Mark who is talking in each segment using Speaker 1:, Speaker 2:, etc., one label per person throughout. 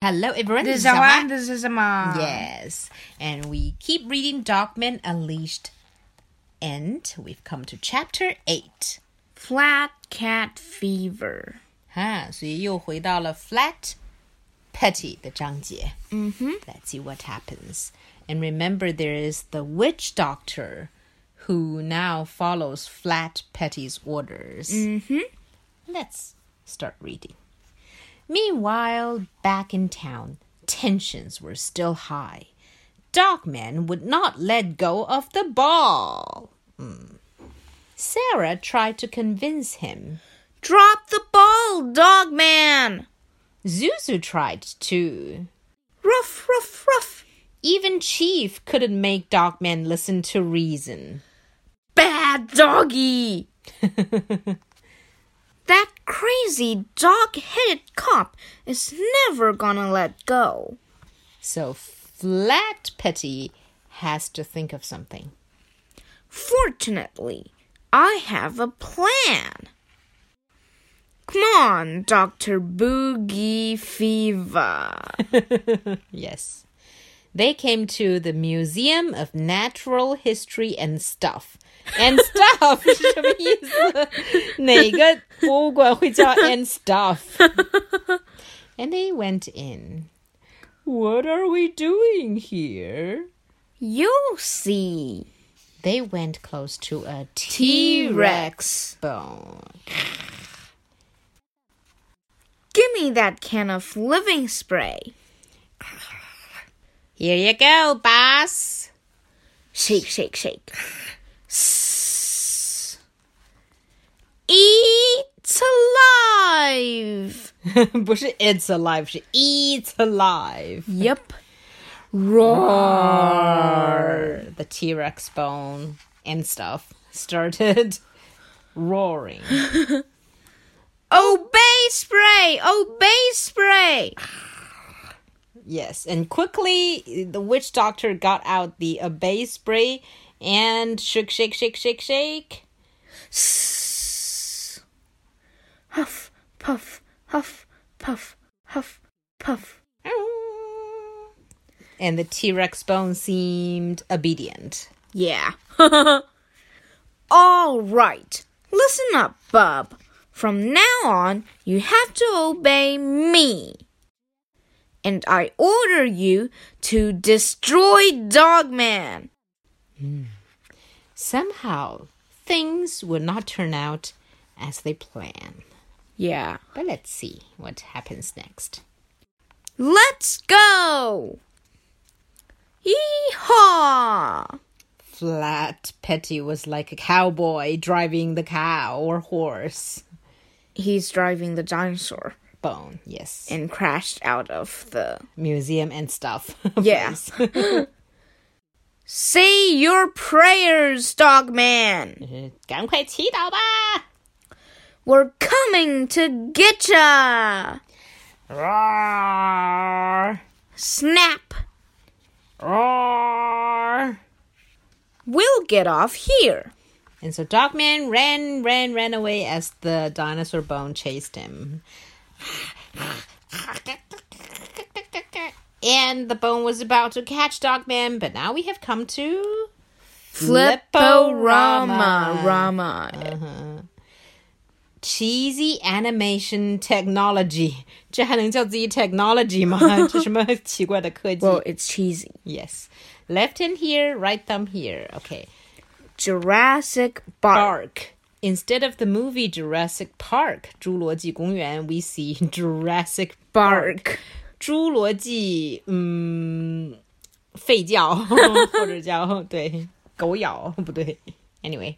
Speaker 1: Hello everyone.
Speaker 2: This is Awan, this is Ama.
Speaker 1: Yes. And we keep reading Dogman Unleashed. And we've come to chapter 8.
Speaker 2: Flat cat fever.
Speaker 1: 哈，所以又回到了 flat petty 的章节。嗯哼、Let's see what happens. And remember, there is the witch doctor who now follows flat petty's orders. Mm hmm. Let's start reading. Meanwhile, back in town, tensions were still high. Dogman would not let go of the ball. Hmm. Sarah tried to convince him.
Speaker 2: Drop the ball, dog man.
Speaker 1: Zuzu tried too.
Speaker 2: Ruff, ruff, ruff.
Speaker 1: Even Chief couldn't make Dogman listen to reason.
Speaker 2: Bad doggy. that crazy dog headed cop is never gonna let go.
Speaker 1: So Flat Petty has to think of something.
Speaker 2: Fortunately, I have a plan. Come on, Dr. Boogie Fever.
Speaker 1: Yes. They came to the Museum of Natural History and Stuff. And stuff 什么意思？哪个博物馆会叫 and stuff? And they went in. What are we doing here?
Speaker 2: You'll see.
Speaker 1: They went close to a T Rex bone.
Speaker 2: Give me that can of living spray.
Speaker 1: Here you go, boss.
Speaker 2: Shake, shake, shake. Eat alive.
Speaker 1: 不是 it's alive, 是 eats alive.
Speaker 2: Yep. Roar.
Speaker 1: Arr, the T Rex bone and stuff started roaring.
Speaker 2: Obey spray. Obey spray.
Speaker 1: Yes, and quickly the witch doctor got out the obey spray and shook, shake, shake, shake, shake.
Speaker 2: Huff, puff, huff, puff, huff, puff.
Speaker 1: And the T Rex bone seemed obedient.
Speaker 2: Yeah. All right. Listen up, bub. From now on, you have to obey me. And I order you to destroy Dogman.
Speaker 1: Somehow, things would not turn out as they planned.
Speaker 2: Yeah.
Speaker 1: But let's see what happens next.
Speaker 2: Let's go! Yeehaw!
Speaker 1: Flat Petty was like a cowboy driving the cow or horse.
Speaker 2: He's driving the dinosaur
Speaker 1: Bone, yes.
Speaker 2: and crashed out of the.
Speaker 1: Museum and stuff.
Speaker 2: Yeah. Say your prayers, Dogman!
Speaker 1: 赶快祈祷吧！
Speaker 2: We're coming to get ya!
Speaker 1: Roar!
Speaker 2: Snap!
Speaker 1: Roar!
Speaker 2: We'll get off here.
Speaker 1: And so Dogman ran, ran, ran away as the dinosaur bone chased him. And the bone was about to catch Dogman, but now we have come to
Speaker 2: Flipporama, Rama.
Speaker 1: cheesy animation technology. 这还能叫自己 technology 吗？这什么奇怪的科技
Speaker 2: Well, it's cheesy.
Speaker 1: Yes. Left hand here, right thumb here. Okay.
Speaker 2: Jurassic Park.
Speaker 1: Park. Instead of the movie Jurassic Park, 侏罗纪公园, we see Jurassic Park.
Speaker 2: Bark.
Speaker 1: 侏罗纪，嗯，吠叫 或者叫对狗咬，不对。Anyway,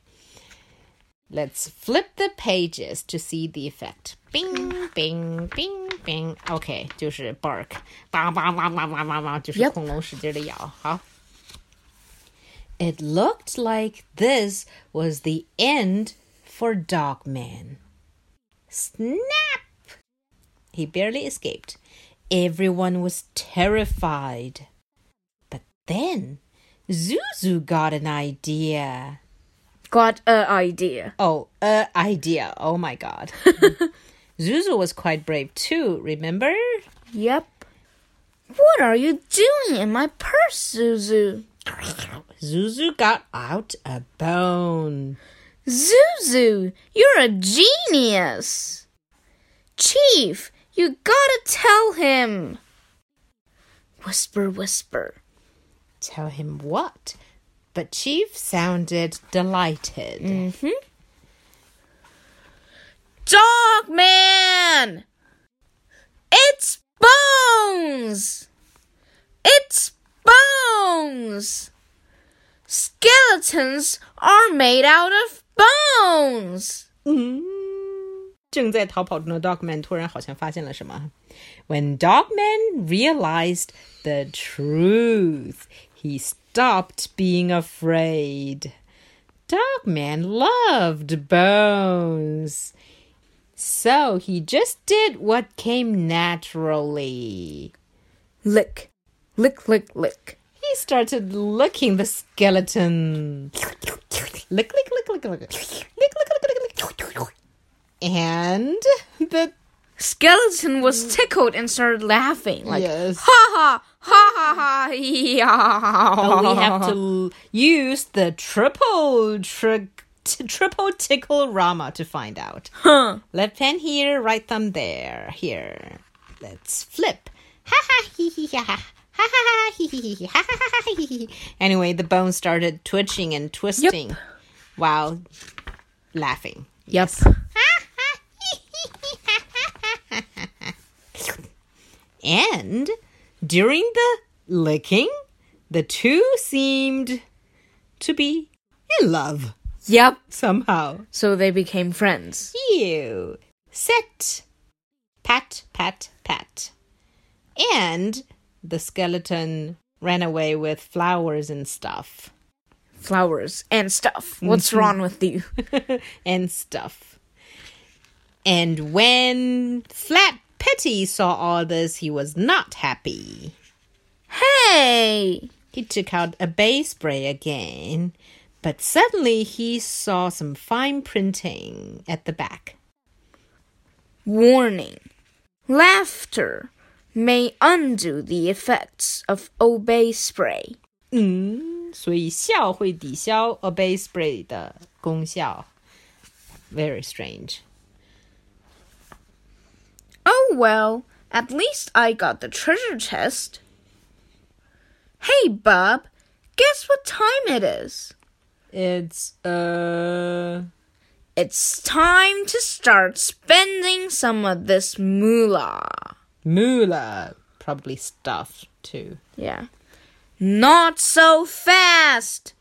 Speaker 1: let's flip the pages to see the effect. Bing, bing, bing, bing. Okay, 就是 bark，叭叭叭叭叭叭叭，就是
Speaker 2: Yep.
Speaker 1: 恐龙使劲的咬。好。It looked like this was the end for Dogman. Snap! He barely escaped. Everyone was terrified. But then Zuzu got an idea.
Speaker 2: Got a idea.
Speaker 1: Oh, a idea. Oh my god. Zuzu was quite brave too, remember?
Speaker 2: Yep. What are you doing in my purse, Zuzu?
Speaker 1: Zuzu got out a bone.
Speaker 2: Zuzu, you're a genius. Chief, you gotta tell him. Whisper, whisper.
Speaker 1: Tell him what? But Chief sounded delighted.
Speaker 2: Mm. Mm-hmm. Dog man! It's bones! It's bones! Skeletons are made out of bones!
Speaker 1: 正在逃跑中的 Dogman 突然好像发现了什么。When Dogman realized the truth, he stopped being afraid. Dogman loved bones. So he just did what came naturally.
Speaker 2: Lick, lick, lick, lick.
Speaker 1: He started licking the skeleton. Lick, lick, lick, lick, lick. Lick, lick, lick, lick, lick. And the
Speaker 2: Skeleton was tickled and started laughing, like
Speaker 1: Yes.
Speaker 2: ha ha ha ha ha yeah.
Speaker 1: But we have to l- use the triple trick. T- triple tickle rama to find out.
Speaker 2: Huh.
Speaker 1: Left hand here, right thumb there. Here. Let's flip. Ha ha hee hee ha ha. Ha ha ha hee hee hee. Ha ha ha ha hee hee. Anyway, the bone started twitching and twisting while laughing.
Speaker 2: Yep.
Speaker 1: And during the licking, the two seemed to be in love
Speaker 2: Yep.
Speaker 1: somehow.
Speaker 2: So they became friends.
Speaker 1: You sit, pat, pat, pat. And the skeleton ran away with flowers and stuff.
Speaker 2: Flowers and stuff. What's wrong with you?
Speaker 1: and stuff. And when Flat Petty saw all this, he was not happy.
Speaker 2: Hey!
Speaker 1: He took out a bay spray again, but suddenly he saw some fine printing at the back.
Speaker 2: Warning. Laughter may undo the effects of obey spray.
Speaker 1: 嗯，所以笑会抵消 Mm, a bay spray 的功效。Very strange.
Speaker 2: Oh well, at least I got the treasure chest. Hey, Bub, guess what time it is?
Speaker 1: It's uh
Speaker 2: It's time to start spending some of this moolah.
Speaker 1: moolah, probably stuff too.
Speaker 2: Yeah. Not so fast!